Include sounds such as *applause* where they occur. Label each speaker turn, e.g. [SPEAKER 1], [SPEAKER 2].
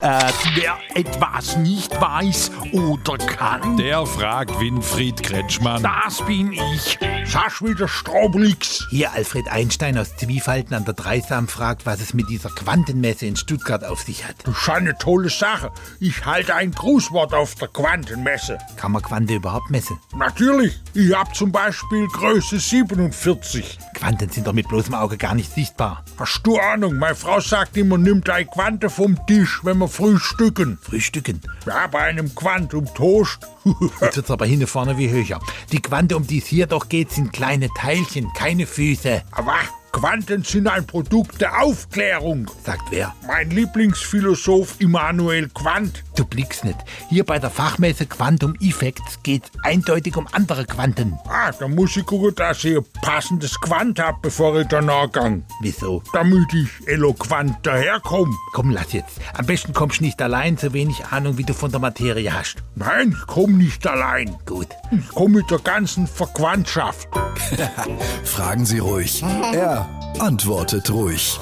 [SPEAKER 1] Äh, wer etwas nicht weiß oder kann,
[SPEAKER 2] Der fragt Winfried Kretschmann.
[SPEAKER 1] das bin ich. Sascha der Straublix.
[SPEAKER 3] Hier Alfred Einstein aus Zwiefalten an der Dreisam fragt, was es mit dieser Quantenmesse in Stuttgart auf sich hat.
[SPEAKER 1] Das ist eine tolle Sache. Ich halte ein Grußwort auf der Quantenmesse.
[SPEAKER 3] Kann man Quante überhaupt messen?
[SPEAKER 1] Natürlich, ich habe zum Beispiel Größe 47.
[SPEAKER 3] Quanten sind doch mit bloßem Auge gar nicht sichtbar.
[SPEAKER 1] Hast du Ahnung, meine Frau sagt immer, nimmt ein Quante vom Tisch, wenn wir frühstücken.
[SPEAKER 3] Frühstücken.
[SPEAKER 1] Ja, bei einem Quantum Toast. *laughs*
[SPEAKER 3] Jetzt wird's aber hinten vorne wie höher. Die Quante, um die es hier doch geht, sind kleine Teilchen, keine Füße.
[SPEAKER 1] Aber Quanten sind ein Produkt der Aufklärung.
[SPEAKER 3] Sagt wer?
[SPEAKER 1] Mein Lieblingsphilosoph Immanuel Quant.
[SPEAKER 3] Du blickst nicht. Hier bei der Fachmesse Quantum Effects geht's eindeutig um andere Quanten.
[SPEAKER 1] Ah, da muss ich gucken, dass ich ein passendes Quant hab, bevor ich danach gang.
[SPEAKER 3] Wieso?
[SPEAKER 1] Damit ich eloquent daherkomme.
[SPEAKER 3] Komm, lass jetzt. Am besten kommst du nicht allein, so wenig Ahnung, wie du von der Materie hast.
[SPEAKER 1] Nein, ich komm nicht allein.
[SPEAKER 3] Gut.
[SPEAKER 1] Ich komm mit der ganzen Verquantschaft.
[SPEAKER 4] Fragen Sie ruhig. Er antwortet ruhig.